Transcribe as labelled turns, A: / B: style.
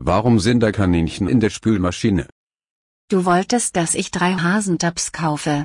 A: Warum sind da Kaninchen in der Spülmaschine?
B: Du wolltest, dass ich drei Hasentabs kaufe.